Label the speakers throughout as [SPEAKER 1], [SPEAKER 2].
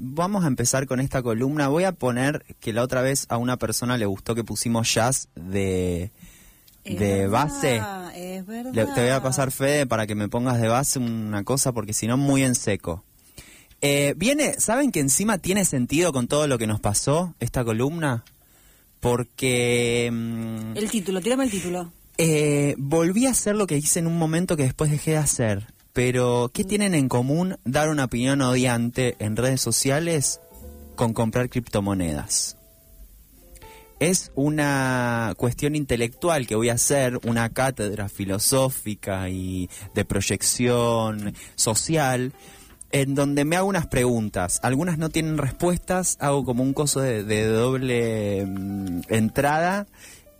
[SPEAKER 1] vamos a empezar con esta columna. Voy a poner que la otra vez a una persona le gustó que pusimos jazz de,
[SPEAKER 2] Es
[SPEAKER 1] de
[SPEAKER 2] verdad,
[SPEAKER 1] base.
[SPEAKER 2] Es verdad.
[SPEAKER 1] Le- te voy a pasar, Fede, para que me pongas de base una cosa, porque si no, muy en seco. Eh, viene, ¿saben que encima tiene sentido con todo lo que nos pasó esta columna? Porque mm,
[SPEAKER 2] El título, tírame el título.
[SPEAKER 1] eh, volví a hacer lo que hice en un momento que después dejé de hacer. Pero, ¿qué tienen en común dar una opinión odiante en redes sociales con comprar criptomonedas? Es una cuestión intelectual que voy a hacer, una cátedra filosófica y de proyección social, en donde me hago unas preguntas. Algunas no tienen respuestas, hago como un coso de, de doble mm, entrada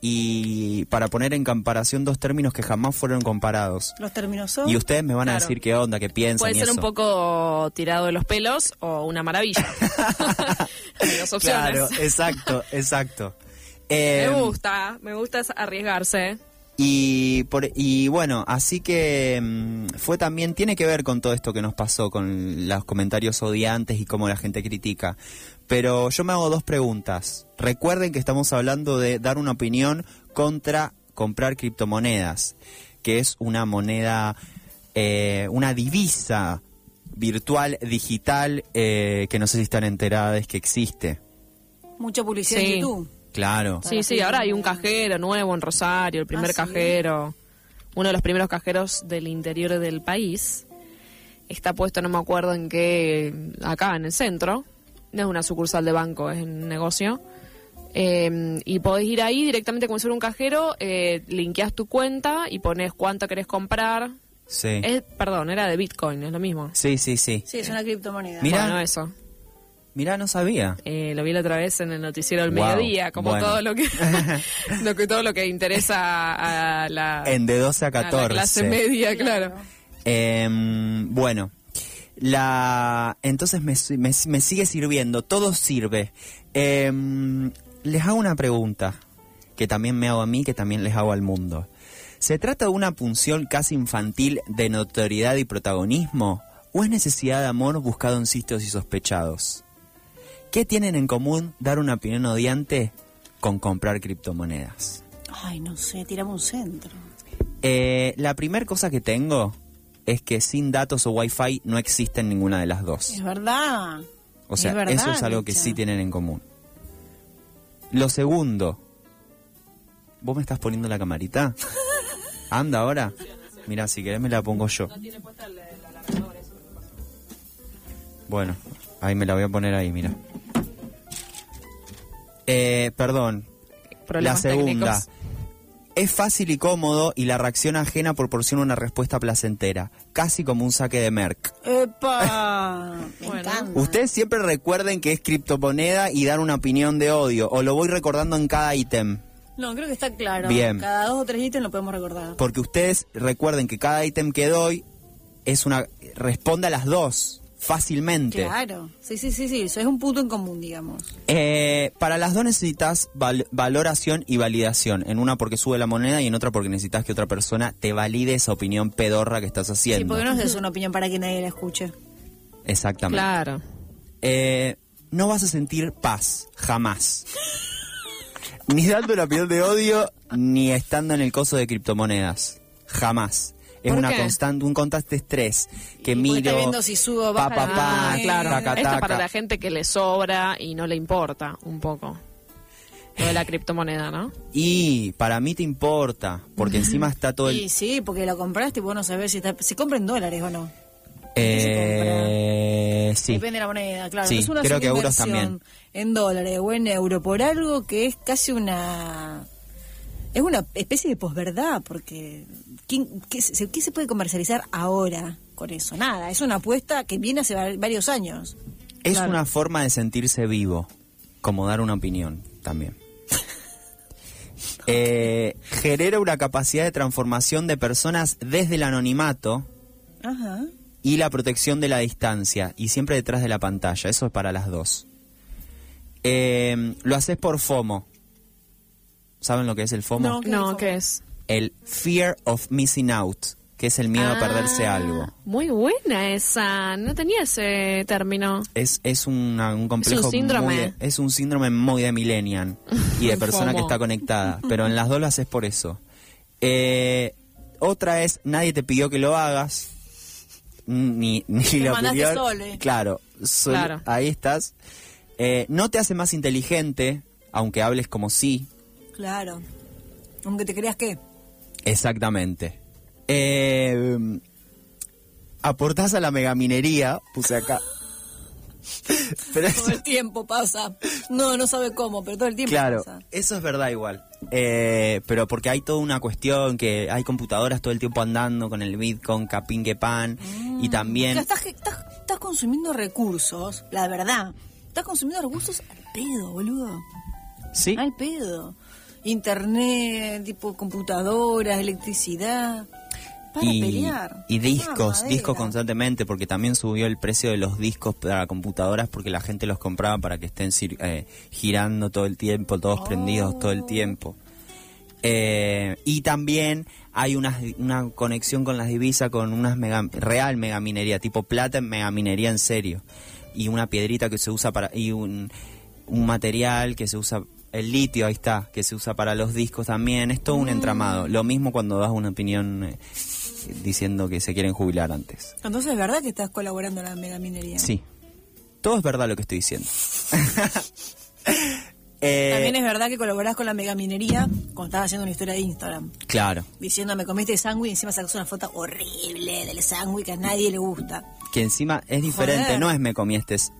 [SPEAKER 1] y para poner en comparación dos términos que jamás fueron comparados.
[SPEAKER 2] Los términos son.
[SPEAKER 1] Y ustedes me van a
[SPEAKER 3] Claro.
[SPEAKER 1] decir qué onda, qué piensan.
[SPEAKER 3] Puede
[SPEAKER 1] y
[SPEAKER 3] ser un
[SPEAKER 1] eso.
[SPEAKER 3] poco tirado de los pelos o una maravilla. Hay dos opciones.
[SPEAKER 1] Claro, exacto, exacto.
[SPEAKER 3] Me
[SPEAKER 1] Em,
[SPEAKER 3] gusta, me gusta arriesgarse.
[SPEAKER 1] Y, por, y bueno, así que mm, fue también, tiene que ver con todo esto que nos pasó, con los comentarios odiantes y cómo la gente critica. Pero yo me hago dos preguntas. Recuerden que estamos hablando de dar una opinión contra comprar criptomonedas, que es una moneda, eh, una divisa virtual, digital, eh, que no sé si están enteradas que existe.
[SPEAKER 2] Mucha publicidad
[SPEAKER 3] Sí.
[SPEAKER 2] en YouTube.
[SPEAKER 1] Claro.
[SPEAKER 3] Sí, sí, ahora hay un cajero nuevo en Rosario, el primer
[SPEAKER 2] Ah, sí.
[SPEAKER 3] cajero, uno de los primeros cajeros del interior del país. Está puesto, no me acuerdo en qué, acá en el centro. No es una sucursal de banco, es un negocio. Eh, y podés ir ahí directamente como si fuera un cajero, eh, linkeás tu cuenta y pones cuánto querés comprar.
[SPEAKER 1] Sí.
[SPEAKER 3] Es, perdón, era de Bitcoin, es lo mismo.
[SPEAKER 1] Sí, sí, sí.
[SPEAKER 2] Sí, es una criptomoneda.
[SPEAKER 1] Mirá.
[SPEAKER 3] Bueno, eso.
[SPEAKER 1] Mirá, no sabía.
[SPEAKER 3] Eh, lo vi la otra vez en el noticiero del
[SPEAKER 1] Wow,
[SPEAKER 3] mediodía, como
[SPEAKER 1] bueno.
[SPEAKER 3] todo lo que, lo que todo lo que interesa a la,
[SPEAKER 1] En de 12 a
[SPEAKER 3] a Ah. la
[SPEAKER 1] 14.
[SPEAKER 3] clase media, claro.
[SPEAKER 1] Em, bueno, la, entonces me, si- me- me sigue sirviendo, todo sirve. Em, les hago una pregunta, que también me hago a mí, que también les hago al mundo. ¿Se trata de una punción casi infantil de notoriedad y protagonismo? ¿O es necesidad de amor buscado en sitios y sospechados? ¿Qué tienen en común dar una opinión odiante con comprar criptomonedas?
[SPEAKER 2] Ay, no sé, tirame un centro.
[SPEAKER 1] Eh, la primera cosa que tengo es que sin datos o wifi no existen ninguna de las dos.
[SPEAKER 2] Es verdad.
[SPEAKER 1] O sea,
[SPEAKER 2] Es verdad,
[SPEAKER 1] eso es algo que
[SPEAKER 2] Licha.
[SPEAKER 1] sí tienen en común. Lo segundo, ¿vos me estás poniendo la camarita? Anda ahora. Mira, si querés me la pongo yo. Bueno, ahí me la voy a poner ahí, mira. Eh, perdón,
[SPEAKER 3] Problemas
[SPEAKER 1] la segunda.
[SPEAKER 3] técnicos.
[SPEAKER 1] Es fácil y cómodo y la reacción ajena proporciona una respuesta placentera, casi como un saque de Merck.
[SPEAKER 2] ¡Epa! Me
[SPEAKER 3] Bueno.
[SPEAKER 2] encanta.
[SPEAKER 1] Ustedes siempre recuerden que es criptomoneda y dar una opinión de odio, o lo voy recordando en cada ítem.
[SPEAKER 2] No, creo que está claro.
[SPEAKER 1] Bien.
[SPEAKER 2] Cada dos o tres ítems lo podemos recordar.
[SPEAKER 1] Porque ustedes recuerden que cada ítem que doy es una responde a las dos fácilmente.
[SPEAKER 2] Claro. Sí, sí, sí, sí. Eso es un punto en común, digamos.
[SPEAKER 1] Eh, para las dos necesitas val- valoración y validación. En una porque sube la moneda y en otra porque necesitas que otra persona te valide esa opinión pedorra que estás
[SPEAKER 2] Sí,
[SPEAKER 1] haciendo.
[SPEAKER 2] porque no es una opinión para que nadie la escuche.
[SPEAKER 1] Exactamente.
[SPEAKER 3] Claro.
[SPEAKER 1] Eh, no vas a sentir paz, jamás. Ni dando la piel de odio, ni estando en el coso de criptomonedas. Jamás. Es
[SPEAKER 3] ¿Por
[SPEAKER 1] una
[SPEAKER 3] qué?
[SPEAKER 1] constante, un constante estrés que
[SPEAKER 2] Y porque
[SPEAKER 1] miro.
[SPEAKER 2] está viendo si sube o
[SPEAKER 1] pa,
[SPEAKER 2] baja
[SPEAKER 1] pa,
[SPEAKER 2] la
[SPEAKER 1] pa,
[SPEAKER 3] Ah,
[SPEAKER 2] moneda.
[SPEAKER 3] claro.
[SPEAKER 1] taca,
[SPEAKER 3] Esto es para
[SPEAKER 1] taca.
[SPEAKER 3] la gente que le sobra y no le importa un poco. Lo de la criptomoneda, ¿no?
[SPEAKER 1] Y para mí te importa, porque encima está todo el.
[SPEAKER 2] Y sí, porque lo compraste y vos no sabés si, está, si compra en dólares o no.
[SPEAKER 1] Eh, sí.
[SPEAKER 2] Depende de la moneda, claro.
[SPEAKER 1] Sí,
[SPEAKER 2] es una
[SPEAKER 1] creo
[SPEAKER 2] sola
[SPEAKER 1] que euros
[SPEAKER 2] inversión
[SPEAKER 1] también.
[SPEAKER 2] En dólares o en euro por algo que es casi una... Es una especie de posverdad, porque ¿quién, qué, se, qué se puede comercializar ahora con eso? Nada, es una apuesta que viene hace va- varios años.
[SPEAKER 1] Es
[SPEAKER 2] Claro.
[SPEAKER 1] una forma de sentirse vivo, como dar una opinión también. Eh, genera una capacidad de transformación de personas desde el anonimato
[SPEAKER 2] Ajá.
[SPEAKER 1] y la protección de la distancia, y siempre detrás de la pantalla, eso es para las dos. Eh, lo haces por FOMO. ¿Saben lo que es el FOMO?
[SPEAKER 2] No. Ok,
[SPEAKER 3] No,
[SPEAKER 2] por
[SPEAKER 3] ¿qué es?
[SPEAKER 1] El Fear of Missing Out, que es el miedo a
[SPEAKER 3] Ah,
[SPEAKER 1] perderse algo.
[SPEAKER 3] Muy buena esa. No tenía ese término.
[SPEAKER 1] Es, es una- un complejo.
[SPEAKER 3] síndrome.
[SPEAKER 1] muy de- es un síndrome muy de millennial y de persona que
[SPEAKER 3] FOMO.
[SPEAKER 1] está conectada. Pero en las dos lo haces por eso. Eh, otra es: nadie te pidió que lo hagas. Ni, ni lo
[SPEAKER 2] mandaste
[SPEAKER 1] pidió.
[SPEAKER 2] solo, eh.
[SPEAKER 1] Claro, sol-
[SPEAKER 3] Claro.
[SPEAKER 1] ahí estás. Eh, no te hace más inteligente, aunque hables como sí.
[SPEAKER 2] Claro. Aunque te creas que.
[SPEAKER 1] Exactamente. Eh, aportás a la megaminería, puse acá. Pero
[SPEAKER 2] Todo el tiempo pasa. No, no sabe cómo, pero todo el tiempo
[SPEAKER 1] Claro,
[SPEAKER 2] pasa.
[SPEAKER 1] eso es verdad igual. Eh, pero porque hay toda una cuestión que hay computadoras todo el tiempo andando con el Bitcoin, capín que pan, y
[SPEAKER 2] O sea,
[SPEAKER 1] también...
[SPEAKER 2] estás, estás- estás consumiendo recursos, la verdad. Estás consumiendo recursos al pedo, boludo.
[SPEAKER 1] Sí,
[SPEAKER 2] Al pedo. Internet, tipo computadoras, electricidad. Para
[SPEAKER 1] y,
[SPEAKER 2] pelear.
[SPEAKER 1] y
[SPEAKER 2] Ah,
[SPEAKER 1] discos,
[SPEAKER 2] madera.
[SPEAKER 1] discos constantemente, porque también subió el precio de los discos para computadoras porque la gente los compraba para que estén cir- eh, girando todo el tiempo, todos prendidos todo el tiempo. Eh, y también hay una, una conexión con las divisas, con unas mega, real megaminería, tipo plata en megaminería en serio. Y una piedrita que se usa para... Y un, un material que se usa... El litio, ahí está, que se usa para los discos también. Es todo un entramado. Lo mismo cuando das una opinión eh, diciendo que se quieren jubilar antes.
[SPEAKER 2] Entonces, ¿es verdad que estás colaborando en la megaminería?
[SPEAKER 1] Sí. Todo es verdad lo que estoy diciendo. Eh,
[SPEAKER 2] También es verdad que colaborás con la megaminería cuando estás haciendo una historia de Instagram.
[SPEAKER 1] Claro.
[SPEAKER 2] Diciendo, me comiste sándwich y encima sacas una foto horrible del sándwich que a nadie le gusta.
[SPEAKER 1] Que encima es diferente,
[SPEAKER 2] Joder.
[SPEAKER 1] no es me este comiestes.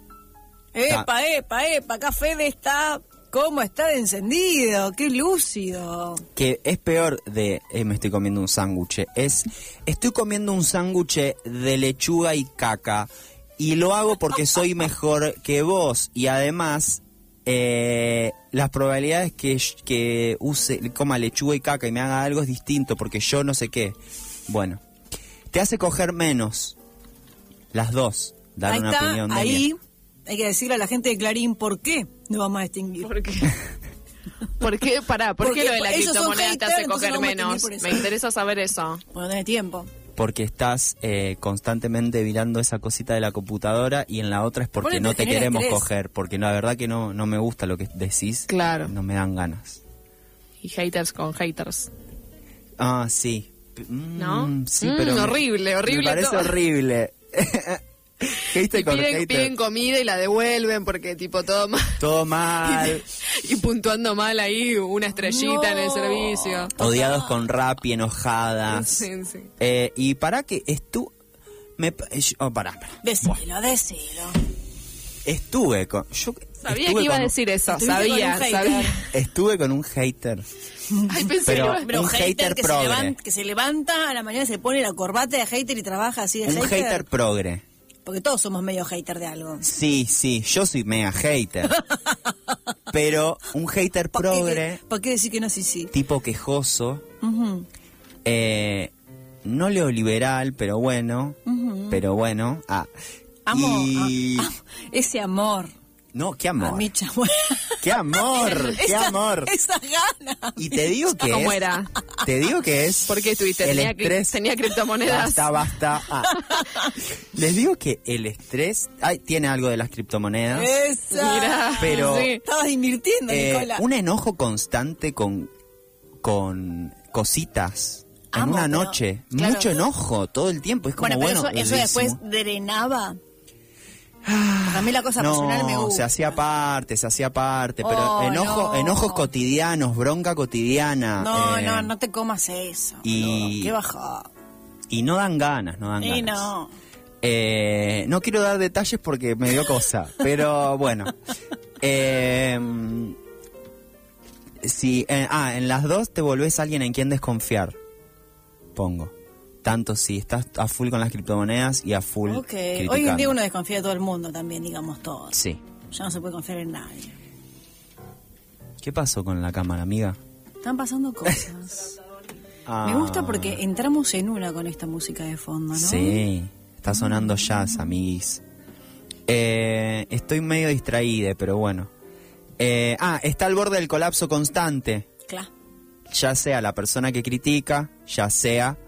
[SPEAKER 2] Epa, epa, epa, acá Fede está, ¿cómo está de encendido? ¡Qué lúcido!
[SPEAKER 1] que es peor de eh, me estoy comiendo un sándwich, es estoy comiendo un sándwich de lechuga y caca y lo hago porque soy mejor que vos y además eh, las probabilidades que, sh- que use coma lechuga y caca y me haga algo es distinto porque yo no sé qué. Bueno, te hace coger menos las dos, dar
[SPEAKER 2] ahí
[SPEAKER 1] una
[SPEAKER 2] está,
[SPEAKER 1] opinión de
[SPEAKER 2] ahí
[SPEAKER 1] bien.
[SPEAKER 2] hay que decirle a la gente de Clarín por qué no vamos a distinguir.
[SPEAKER 3] ¿Por qué? ¿Por qué? Pará, ¿por
[SPEAKER 2] Porque
[SPEAKER 3] qué lo de la
[SPEAKER 2] ellos son
[SPEAKER 3] criptomoneda te hace
[SPEAKER 2] haters, entonces
[SPEAKER 3] coger
[SPEAKER 2] no vamos a tener
[SPEAKER 3] menos?
[SPEAKER 2] por eso.
[SPEAKER 3] Me interesa saber eso.
[SPEAKER 2] Bueno, no hay tiempo.
[SPEAKER 1] Porque estás eh, constantemente mirando esa cosita de la computadora y en la otra es porque
[SPEAKER 2] Ponele,
[SPEAKER 1] no
[SPEAKER 2] te
[SPEAKER 1] te
[SPEAKER 2] genera
[SPEAKER 1] queremos
[SPEAKER 2] estrés.
[SPEAKER 1] coger, porque la verdad que no, no me gusta lo que decís.
[SPEAKER 3] Claro.
[SPEAKER 1] No me dan ganas.
[SPEAKER 3] Y haters con haters.
[SPEAKER 1] Ah, sí. P- mm,
[SPEAKER 3] ¿No?
[SPEAKER 1] Sí,
[SPEAKER 3] Mm,
[SPEAKER 1] pero... me-
[SPEAKER 3] horrible, horrible
[SPEAKER 1] Me parece
[SPEAKER 3] todo.
[SPEAKER 1] horrible. hater
[SPEAKER 3] Y
[SPEAKER 1] con
[SPEAKER 3] piden,
[SPEAKER 1] hater.
[SPEAKER 3] piden comida y la devuelven porque tipo todo mal.
[SPEAKER 1] Todo mal.
[SPEAKER 3] Y puntuando mal ahí una estrellita en el servicio.
[SPEAKER 1] Odiados con rap y enojadas.
[SPEAKER 3] Sí, sí.
[SPEAKER 1] Eh, y para que estu... Me... pa- yo- Oh, pará, pará.
[SPEAKER 2] Decilo, decilo.
[SPEAKER 1] Estuve con... Yo
[SPEAKER 3] Sabía
[SPEAKER 1] estuve
[SPEAKER 3] que iba a
[SPEAKER 1] con-
[SPEAKER 3] decir eso,
[SPEAKER 2] Estuviste
[SPEAKER 3] sabía,
[SPEAKER 2] con un hater.
[SPEAKER 3] sabía.
[SPEAKER 1] Estuve con un hater.
[SPEAKER 3] Ay, pensé
[SPEAKER 1] Pero-
[SPEAKER 3] que iba a-
[SPEAKER 1] Un hater
[SPEAKER 2] que se,
[SPEAKER 1] progre.
[SPEAKER 2] levanta, que se levanta a la mañana, se pone la corbata de hater y trabaja así de
[SPEAKER 1] Un hater progre.
[SPEAKER 2] Porque todos somos medio hater de algo.
[SPEAKER 1] Sí, sí, yo soy mega hater. pero un hater
[SPEAKER 2] ¿Por qué-
[SPEAKER 1] progre,
[SPEAKER 2] ¿Por qué decir que no sí sí?
[SPEAKER 1] tipo quejoso,
[SPEAKER 2] Ujú.
[SPEAKER 1] eh, no liberal, pero bueno, pero bueno. Ah,
[SPEAKER 2] Amo,
[SPEAKER 1] y-
[SPEAKER 2] a- amo ese amor.
[SPEAKER 1] No, qué
[SPEAKER 2] A
[SPEAKER 1] amor.
[SPEAKER 2] mi chamuela.
[SPEAKER 1] Qué amor, qué
[SPEAKER 2] Esa-
[SPEAKER 1] amor.
[SPEAKER 2] Esa gana.
[SPEAKER 1] Y te digo que
[SPEAKER 3] ¿Cómo
[SPEAKER 1] es-
[SPEAKER 3] era?
[SPEAKER 1] Te digo que es...
[SPEAKER 3] ¿Por qué estuviste?
[SPEAKER 1] El
[SPEAKER 3] Tenía, cri-
[SPEAKER 1] estrés.
[SPEAKER 3] tenía criptomonedas.
[SPEAKER 1] Basta, basta. Ah. Les digo que el estrés... Ay, tiene algo de las criptomonedas.
[SPEAKER 2] Esa.
[SPEAKER 3] Mirá,
[SPEAKER 1] Pero-
[SPEAKER 3] sí.
[SPEAKER 2] Estabas invirtiendo,
[SPEAKER 1] Eh,
[SPEAKER 2] Nicola.
[SPEAKER 1] un enojo constante con, con cositas en
[SPEAKER 2] Amo,
[SPEAKER 1] una
[SPEAKER 2] pero-
[SPEAKER 1] noche.
[SPEAKER 2] claro.
[SPEAKER 1] Mucho enojo todo el tiempo. Es como,
[SPEAKER 2] Bueno,
[SPEAKER 1] bueno,
[SPEAKER 2] pero eso, eso después
[SPEAKER 1] buenísimo.
[SPEAKER 2] drenaba. Porque a mí la cosa pasional me
[SPEAKER 1] No,
[SPEAKER 2] gusta.
[SPEAKER 1] se hacía parte, se hacía parte, pero
[SPEAKER 2] Oh,
[SPEAKER 1] enojo,
[SPEAKER 2] no.
[SPEAKER 1] enojos cotidianos, bronca cotidiana.
[SPEAKER 2] No,
[SPEAKER 1] eh,
[SPEAKER 2] no, no te comas eso.
[SPEAKER 1] y-
[SPEAKER 2] boludo. Qué bajada.
[SPEAKER 1] Y no dan ganas, no dan
[SPEAKER 2] Y
[SPEAKER 1] ganas.
[SPEAKER 2] no.
[SPEAKER 1] Eh, no quiero dar detalles porque me dio cosa, pero bueno. Eh, si, eh, ah, en las dos te volvés alguien en quien desconfiar, pongo. Tanto si estás a full con las criptomonedas y a full
[SPEAKER 2] Ok. Hoy en día
[SPEAKER 1] criticando.
[SPEAKER 2] uno desconfía de todo el mundo también, digamos todos.
[SPEAKER 1] Sí.
[SPEAKER 2] Ya no se puede confiar en nadie.
[SPEAKER 1] ¿Qué pasó con la cámara, amiga?
[SPEAKER 2] Están pasando cosas.
[SPEAKER 1] Ah,
[SPEAKER 2] Me gusta porque entramos en una con esta música de fondo, ¿no?
[SPEAKER 1] Sí, está sonando jazz, amiguis. Eh, estoy medio distraída, pero bueno. Eh, ah, está al borde del colapso constante.
[SPEAKER 2] Claro.
[SPEAKER 1] ya sea la persona que critica, ya sea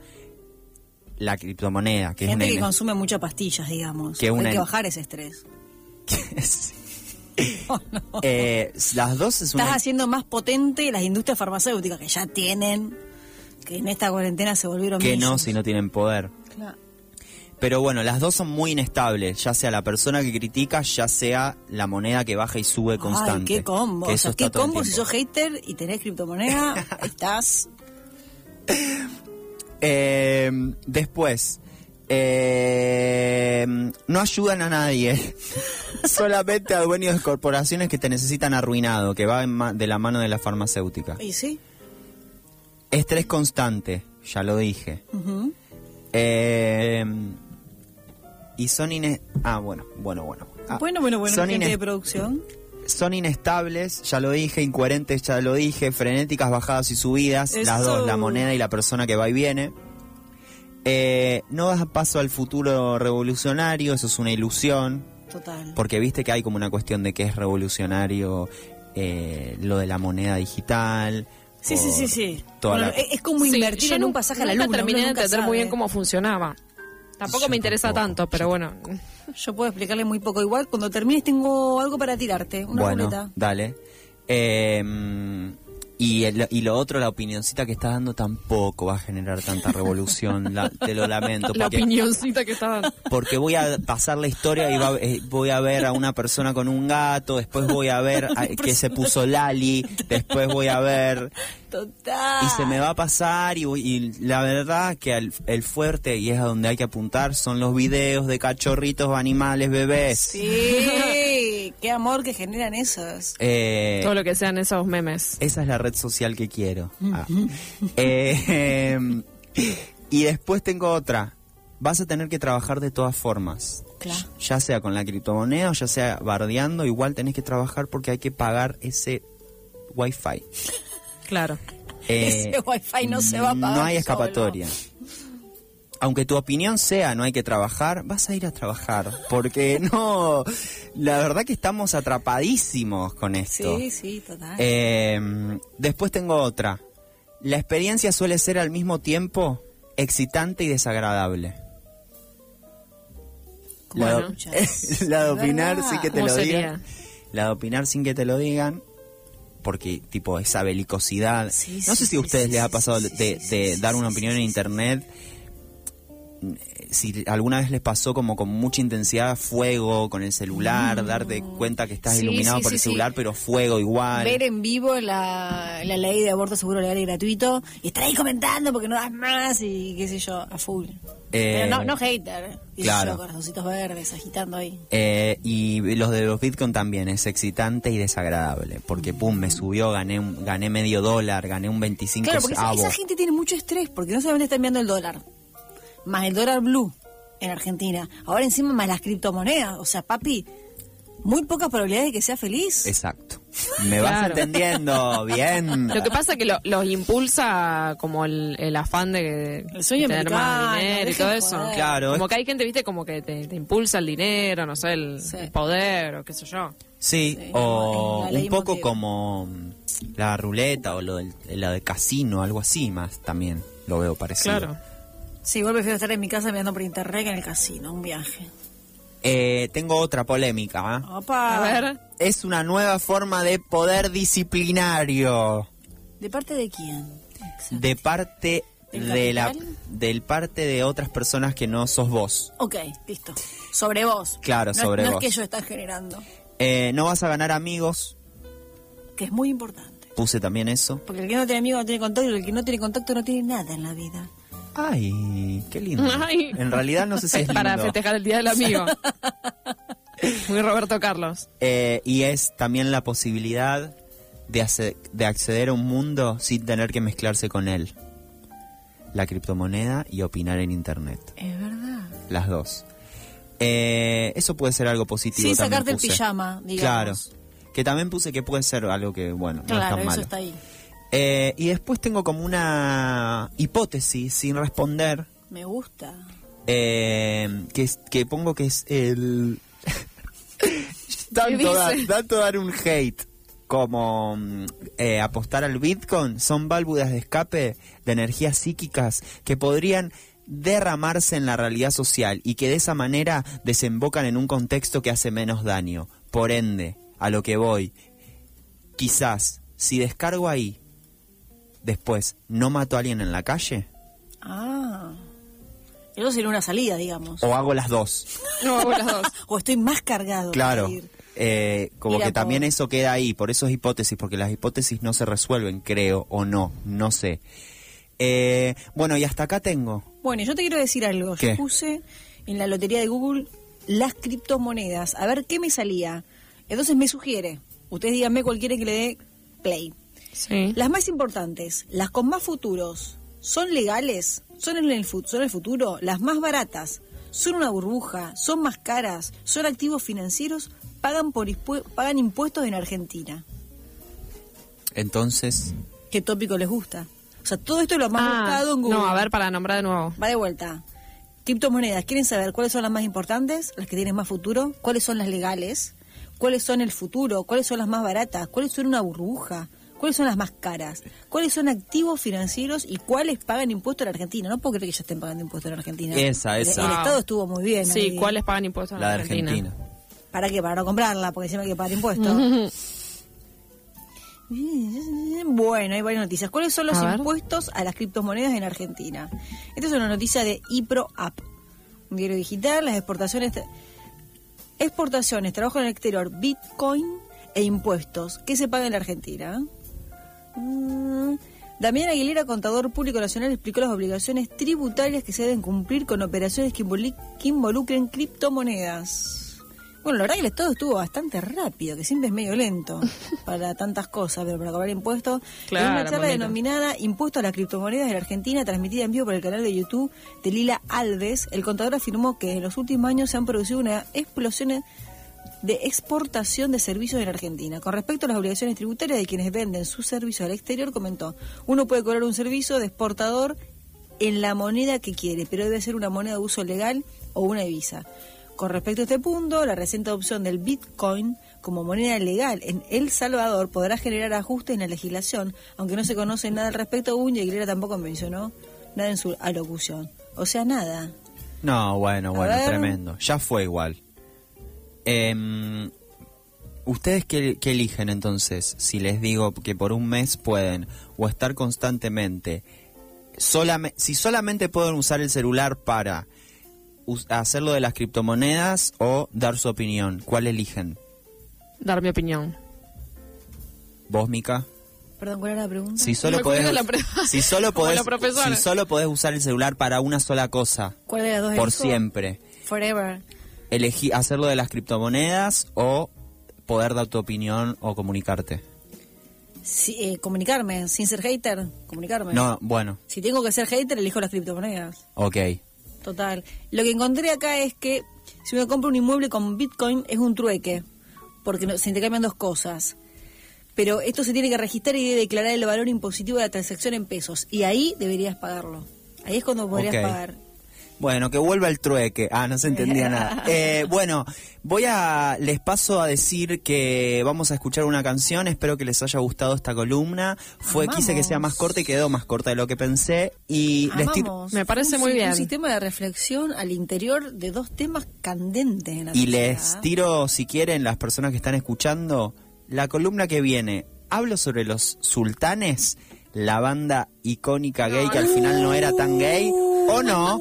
[SPEAKER 1] la criptomoneda, que
[SPEAKER 2] Gente
[SPEAKER 1] es
[SPEAKER 2] que
[SPEAKER 1] una...
[SPEAKER 2] consume muchas pastillas, digamos.
[SPEAKER 1] Que una-
[SPEAKER 2] Hay que bajar ese estrés. Oh, no.
[SPEAKER 1] Eh, las dos es
[SPEAKER 2] Estás
[SPEAKER 1] una...
[SPEAKER 2] haciendo más potente las industrias farmacéuticas que ya tienen, que en esta cuarentena se volvieron
[SPEAKER 1] Que no,
[SPEAKER 2] millos.
[SPEAKER 1] si no tienen poder.
[SPEAKER 2] Claro.
[SPEAKER 1] Pero bueno, las dos son muy inestables, ya sea la persona que critica, ya sea la moneda que baja y sube
[SPEAKER 2] Ay,
[SPEAKER 1] constante.
[SPEAKER 2] qué combo.
[SPEAKER 1] Que
[SPEAKER 2] o
[SPEAKER 1] eso
[SPEAKER 2] sea,
[SPEAKER 1] está
[SPEAKER 2] qué
[SPEAKER 1] todo el
[SPEAKER 2] combo si
[SPEAKER 1] tiempo.
[SPEAKER 2] sos hater y tenés criptomoneda, estás...
[SPEAKER 1] Eh, después, eh, no ayudan a nadie, solamente a dueños de corporaciones que te necesitan arruinado, que va en ma- de la mano de la farmacéutica.
[SPEAKER 2] Y sí.
[SPEAKER 1] Estrés constante, ya lo dije.
[SPEAKER 2] Ujú.
[SPEAKER 1] Eh, y son ine- ah bueno, bueno, bueno. Ah,
[SPEAKER 2] bueno, bueno, bueno,
[SPEAKER 1] son
[SPEAKER 2] gente
[SPEAKER 1] ines-
[SPEAKER 2] de producción.
[SPEAKER 1] son inestables, ya lo dije, incoherentes, ya lo dije, frenéticas, bajadas y subidas, las
[SPEAKER 2] Eso.
[SPEAKER 1] dos, la moneda y la persona que va y viene. Eh, no das paso al futuro revolucionario, eso es una ilusión,
[SPEAKER 2] Total.
[SPEAKER 1] porque viste que hay como una cuestión de que es revolucionario eh, lo de la moneda digital.
[SPEAKER 2] Sí, sí,
[SPEAKER 1] por
[SPEAKER 2] sí, sí.
[SPEAKER 1] toda
[SPEAKER 2] Bueno, e-,
[SPEAKER 1] la-
[SPEAKER 2] es, es como
[SPEAKER 3] Sí,
[SPEAKER 2] invertir
[SPEAKER 3] yo
[SPEAKER 2] en un
[SPEAKER 3] nunca-
[SPEAKER 2] pasaje a la
[SPEAKER 3] nunca
[SPEAKER 2] luna. uno
[SPEAKER 3] terminé de
[SPEAKER 2] nunca
[SPEAKER 3] entender muy
[SPEAKER 2] sabe.
[SPEAKER 3] bien cómo funcionaba. Tampoco
[SPEAKER 1] Yo
[SPEAKER 3] me interesa
[SPEAKER 1] tampoco.
[SPEAKER 3] tanto, pero bueno.
[SPEAKER 2] Yo puedo explicarle muy poco. Igual, cuando termines tengo algo para tirarte. Una
[SPEAKER 1] bueno,
[SPEAKER 2] ruleta.
[SPEAKER 1] dale. Eh, y, el- y lo otro, la opinioncita que estás dando tampoco va a generar tanta revolución, la- te lo lamento.
[SPEAKER 3] La
[SPEAKER 1] porque-
[SPEAKER 3] opinioncita que estaba...
[SPEAKER 1] porque voy a pasar la historia y va- eh, voy a ver a una persona con un gato, después voy a ver a- que se puso Lali, después voy a ver
[SPEAKER 2] Total.
[SPEAKER 1] y se me va a pasar y, voy- y la verdad que el, el fuerte y es a donde hay que apuntar son los videos de cachorritos, animales, bebés.
[SPEAKER 2] Sí. qué amor que generan esos.
[SPEAKER 1] Eh,
[SPEAKER 3] Todo lo que sean esos memes.
[SPEAKER 1] Esa es la red social que quiero.
[SPEAKER 2] Mm.
[SPEAKER 1] Ah. Eh, em, y después tengo otra. Vas a tener que trabajar de todas formas.
[SPEAKER 2] Claro.
[SPEAKER 1] Ya sea con la criptomoneda o ya sea bardeando, igual tenés que trabajar porque hay que pagar ese wifi.
[SPEAKER 3] Claro.
[SPEAKER 1] Eh,
[SPEAKER 2] Ese wifi no se va a pagar
[SPEAKER 1] No hay
[SPEAKER 2] solo.
[SPEAKER 1] escapatoria. Aunque tu opinión sea no hay que trabajar, vas a ir a trabajar. Porque no, la verdad que estamos atrapadísimos con esto.
[SPEAKER 2] Sí, sí, total.
[SPEAKER 1] Eh, después tengo otra. La experiencia suele ser al mismo tiempo excitante y desagradable. La,
[SPEAKER 3] Bueno,
[SPEAKER 2] muchachos.
[SPEAKER 1] la de
[SPEAKER 2] Es
[SPEAKER 1] opinar
[SPEAKER 2] verdad.
[SPEAKER 1] sin que te
[SPEAKER 3] ¿Cómo
[SPEAKER 1] lo
[SPEAKER 3] sería?
[SPEAKER 1] digan. La de opinar sin que te lo digan. Porque, tipo, esa belicosidad.
[SPEAKER 2] Sí,
[SPEAKER 1] no sé
[SPEAKER 2] sí,
[SPEAKER 1] si
[SPEAKER 2] sí,
[SPEAKER 1] a ustedes
[SPEAKER 2] sí,
[SPEAKER 1] les ha
[SPEAKER 2] sí,
[SPEAKER 1] pasado
[SPEAKER 2] sí,
[SPEAKER 1] de,
[SPEAKER 2] sí,
[SPEAKER 1] de
[SPEAKER 2] sí,
[SPEAKER 1] dar
[SPEAKER 2] sí,
[SPEAKER 1] una
[SPEAKER 2] sí,
[SPEAKER 1] opinión
[SPEAKER 2] sí,
[SPEAKER 1] en
[SPEAKER 2] sí.
[SPEAKER 1] internet. Si alguna vez les pasó como con mucha intensidad fuego con el celular, darte cuenta que estás
[SPEAKER 2] Mm. Sí,
[SPEAKER 1] iluminado
[SPEAKER 2] sí,
[SPEAKER 1] por
[SPEAKER 2] sí,
[SPEAKER 1] el
[SPEAKER 2] sí.
[SPEAKER 1] celular, pero fuego igual.
[SPEAKER 2] Ver en vivo la, la ley de aborto seguro legal y gratuito y estar ahí comentando porque no das más y qué sé yo, a full.
[SPEAKER 1] Eh,
[SPEAKER 2] Pero no, no hater. Y
[SPEAKER 1] claro.
[SPEAKER 2] yo, corazoncitos verdes, agitando ahí.
[SPEAKER 1] Eh, y los de los Bitcoin también, es excitante y desagradable, porque pum, me subió, gané un- gané medio dólar, gané un 25
[SPEAKER 2] Claro, porque esa,
[SPEAKER 1] centavo.
[SPEAKER 2] esa gente tiene mucho estrés, porque no solamente está enviando el dólar, más el dólar blue en Argentina, ahora encima más las criptomonedas, o sea, papi, muy pocas probabilidades de que sea feliz.
[SPEAKER 1] Exacto. Me vas
[SPEAKER 3] Claro.
[SPEAKER 1] entendiendo, bien.
[SPEAKER 3] Lo que pasa es que lo- los impulsa como el, el afán de,
[SPEAKER 2] El sueño
[SPEAKER 3] de tener
[SPEAKER 2] americano,
[SPEAKER 3] más dinero y
[SPEAKER 2] dejen
[SPEAKER 3] todo
[SPEAKER 2] de
[SPEAKER 3] eso.
[SPEAKER 2] joder.
[SPEAKER 1] Claro,
[SPEAKER 3] Como
[SPEAKER 1] es-
[SPEAKER 3] que hay gente, viste, como que te, te impulsa el dinero, no sé, el,
[SPEAKER 2] Sí.
[SPEAKER 3] el poder o qué sé yo.
[SPEAKER 1] sí,
[SPEAKER 2] Sí,
[SPEAKER 1] o
[SPEAKER 2] la ley
[SPEAKER 1] un poco
[SPEAKER 2] motiva.
[SPEAKER 1] como mm, la ruleta o lo del, la de casino, algo así más también lo veo parecido.
[SPEAKER 3] Claro.
[SPEAKER 2] Sí, igual prefiero estar en mi casa mirando por internet que en el casino, un viaje.
[SPEAKER 1] Eh, tengo otra polémica. ¿ah?
[SPEAKER 2] Opa.
[SPEAKER 3] A ver,
[SPEAKER 1] Es una nueva forma de poder disciplinario.
[SPEAKER 2] ¿De parte de quién?
[SPEAKER 1] de parte
[SPEAKER 2] ¿Del
[SPEAKER 1] de la
[SPEAKER 2] capital?
[SPEAKER 1] del parte de otras personas que no sos vos.
[SPEAKER 2] Ok, listo. Sobre vos.
[SPEAKER 1] Claro,
[SPEAKER 2] No es-
[SPEAKER 1] sobre
[SPEAKER 2] No
[SPEAKER 1] vos.
[SPEAKER 2] es que ellos están generando,
[SPEAKER 1] Eh, no vas a ganar amigos,
[SPEAKER 2] que es muy importante.
[SPEAKER 1] puse también eso.
[SPEAKER 2] Porque el que no tiene amigos no tiene contacto y el que no tiene contacto no tiene nada en la vida.
[SPEAKER 1] Ay, qué lindo.
[SPEAKER 3] Ay.
[SPEAKER 1] En realidad no sé si es lindo.
[SPEAKER 3] para festejar el Día del Amigo. Muy Roberto Carlos.
[SPEAKER 1] Eh, y es también la posibilidad de, ace- de acceder a un mundo sin tener que mezclarse con él. La criptomoneda y opinar en internet.
[SPEAKER 2] Es verdad.
[SPEAKER 1] Las dos. Eh, eso puede ser algo positivo.
[SPEAKER 2] Sin
[SPEAKER 1] también
[SPEAKER 2] sacarte el
[SPEAKER 1] puse.
[SPEAKER 2] pijama, digamos.
[SPEAKER 1] Claro. Que también puse que puede ser algo que, bueno, no es
[SPEAKER 2] Claro,
[SPEAKER 1] tan
[SPEAKER 2] eso
[SPEAKER 1] malo.
[SPEAKER 2] está ahí.
[SPEAKER 1] Eh, y después tengo como una hipótesis sin responder
[SPEAKER 2] Me gusta.
[SPEAKER 1] eh, que, es- que pongo que es el... tanto, da-
[SPEAKER 3] dice?
[SPEAKER 1] tanto dar un hate como mm, eh, apostar al Bitcoin son válvulas de escape de energías psíquicas que podrían derramarse en la realidad social y que de esa manera desembocan en un contexto que hace menos daño. Por ende, a lo que voy, quizás si descargo ahí, después no mato a alguien en la calle
[SPEAKER 2] Ah. Eso sería una salida, digamos.
[SPEAKER 1] o hago las dos.
[SPEAKER 3] No, hago las dos.
[SPEAKER 2] O estoy más cargado.
[SPEAKER 1] Claro.
[SPEAKER 2] para ir.
[SPEAKER 1] Eh, como
[SPEAKER 2] Mira,
[SPEAKER 1] que también
[SPEAKER 2] por-
[SPEAKER 1] eso queda ahí, por eso es hipótesis, porque las hipótesis no se resuelven, creo, o no, no sé. Eh, bueno, y hasta acá tengo.
[SPEAKER 2] Bueno, yo te quiero decir algo.
[SPEAKER 1] ¿Qué?
[SPEAKER 2] Yo puse en la lotería de Google las criptomonedas. A ver qué me salía. Entonces me sugiere. Ustedes díganme cualquiera que le dé play.
[SPEAKER 3] Sí.
[SPEAKER 2] Las más importantes, las con más futuros, ¿son legales? ¿Son en el, fu- son el futuro? ¿Las más baratas? ¿Son una burbuja? ¿Son más caras? ¿Son activos financieros? ¿Pagan, por impu- pagan impuestos en Argentina?
[SPEAKER 1] Entonces,
[SPEAKER 2] ¿Qué tópico les gusta? O sea, todo esto es lo más
[SPEAKER 3] Ah,
[SPEAKER 2] buscado en Google.
[SPEAKER 3] no, a ver, para nombrar de nuevo.
[SPEAKER 2] Va de vuelta. Criptomonedas, ¿quieren saber cuáles son las más importantes? ¿Las que tienen más futuro? ¿Cuáles son las legales? ¿Cuáles son el futuro? ¿Cuáles son las más baratas? ¿Cuáles son una burbuja? ¿Cuáles son las más caras? ¿Cuáles son activos financieros y cuáles pagan impuestos en Argentina? No puedo creer que ya estén pagando impuestos en Argentina.
[SPEAKER 1] Esa,
[SPEAKER 2] El-
[SPEAKER 1] esa.
[SPEAKER 2] El, Estado estuvo muy bien.
[SPEAKER 3] Sí,
[SPEAKER 2] ahí.
[SPEAKER 3] ¿cuáles pagan impuestos en
[SPEAKER 1] la de
[SPEAKER 3] Argentina?
[SPEAKER 1] Argentina.
[SPEAKER 2] ¿Para qué? Para no comprarla, porque siempre hay que pagar impuestos. Mm, bueno, hay varias noticias. ¿Cuáles son los
[SPEAKER 3] A ver.
[SPEAKER 2] impuestos a las criptomonedas en Argentina? Esta es una noticia de IPRO-App, un diario digital, las exportaciones, exportaciones, trabajo en el exterior, Bitcoin e impuestos. ¿Qué se paga en la Argentina? Mm. Damián Aguilera, contador público nacional, explicó las obligaciones tributarias que se deben cumplir con operaciones que, involi- que involucren criptomonedas. Bueno, la verdad que el Estado estuvo bastante rápido, que siempre es medio lento para tantas cosas, pero para cobrar impuestos.
[SPEAKER 3] Claro,
[SPEAKER 2] en una charla
[SPEAKER 3] mamita.
[SPEAKER 2] denominada Impuesto a las criptomonedas de la Argentina, transmitida en vivo por el canal de YouTube de Lila Alves, el contador afirmó que en los últimos años se han producido una explosión de exportación de servicios en Argentina. Con respecto a las obligaciones tributarias de quienes venden sus servicios al exterior, comentó, uno puede cobrar un servicio de exportador en la moneda que quiere, pero debe ser una moneda de uso legal o una divisa. Con respecto a este punto, la reciente adopción del Bitcoin como moneda legal en El Salvador podrá generar ajustes en la legislación, aunque no se conoce nada al respecto, aún y Aguilera tampoco mencionó nada en su alocución. O sea, nada.
[SPEAKER 1] No, bueno,
[SPEAKER 2] A
[SPEAKER 1] bueno,
[SPEAKER 2] ver.
[SPEAKER 1] tremendo. Ya fue igual. Em, ¿Ustedes qué, qué eligen entonces? Si les digo que por un mes pueden o estar constantemente. solame- si solamente pueden usar el celular para us- hacer lo de las criptomonedas o dar su opinión, ¿cuál eligen?
[SPEAKER 3] Dar mi opinión.
[SPEAKER 1] ¿Vos, Mica?
[SPEAKER 2] Perdón, ¿cuál era la pregunta?
[SPEAKER 1] Si solo
[SPEAKER 3] Me
[SPEAKER 1] podés,
[SPEAKER 3] acuerdo la pre-
[SPEAKER 1] si solo
[SPEAKER 3] como
[SPEAKER 1] podés,
[SPEAKER 3] la profesora.
[SPEAKER 1] si solo podés usar el celular para una sola cosa,
[SPEAKER 2] ¿Cuál de las dos
[SPEAKER 1] por
[SPEAKER 2] elijo?
[SPEAKER 1] siempre.
[SPEAKER 2] Forever.
[SPEAKER 1] elegí hacerlo de las criptomonedas o poder dar tu opinión o comunicarte.
[SPEAKER 2] Sí, eh, comunicarme, sin ser hater, comunicarme.
[SPEAKER 1] No, bueno,
[SPEAKER 2] Si tengo que ser hater, elijo las criptomonedas.
[SPEAKER 1] ok.
[SPEAKER 2] Total. Lo que encontré acá es que si uno compra un inmueble con Bitcoin es un trueque, porque no- se intercambian dos cosas. Pero esto se tiene que registrar y debe declarar el valor impositivo de la transacción en pesos. Y ahí deberías pagarlo. Ahí es cuando podrías
[SPEAKER 1] Ok.
[SPEAKER 2] pagar.
[SPEAKER 1] Bueno, que vuelva el trueque. Ah, no se entendía nada. Eh, bueno, voy a les paso a decir que vamos a escuchar una canción. Espero que les haya gustado esta columna. Fue quise que sea más corta y quedó más corta de lo que pensé y les tiro-
[SPEAKER 2] Amamos.
[SPEAKER 3] Me parece
[SPEAKER 2] Un
[SPEAKER 3] muy
[SPEAKER 2] si-
[SPEAKER 3] bien.
[SPEAKER 2] Un sistema de reflexión al interior de dos temas candentes en la
[SPEAKER 1] Y
[SPEAKER 2] sociedad.
[SPEAKER 1] les tiro, si quieren, las personas que están escuchando, la columna que viene. Hablo sobre los sultanes, la banda icónica gay que al final no era tan
[SPEAKER 2] Uh.
[SPEAKER 1] gay, o no.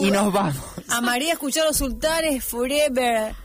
[SPEAKER 1] Y nos vamos.
[SPEAKER 2] Amaría escuchar los sultanes forever.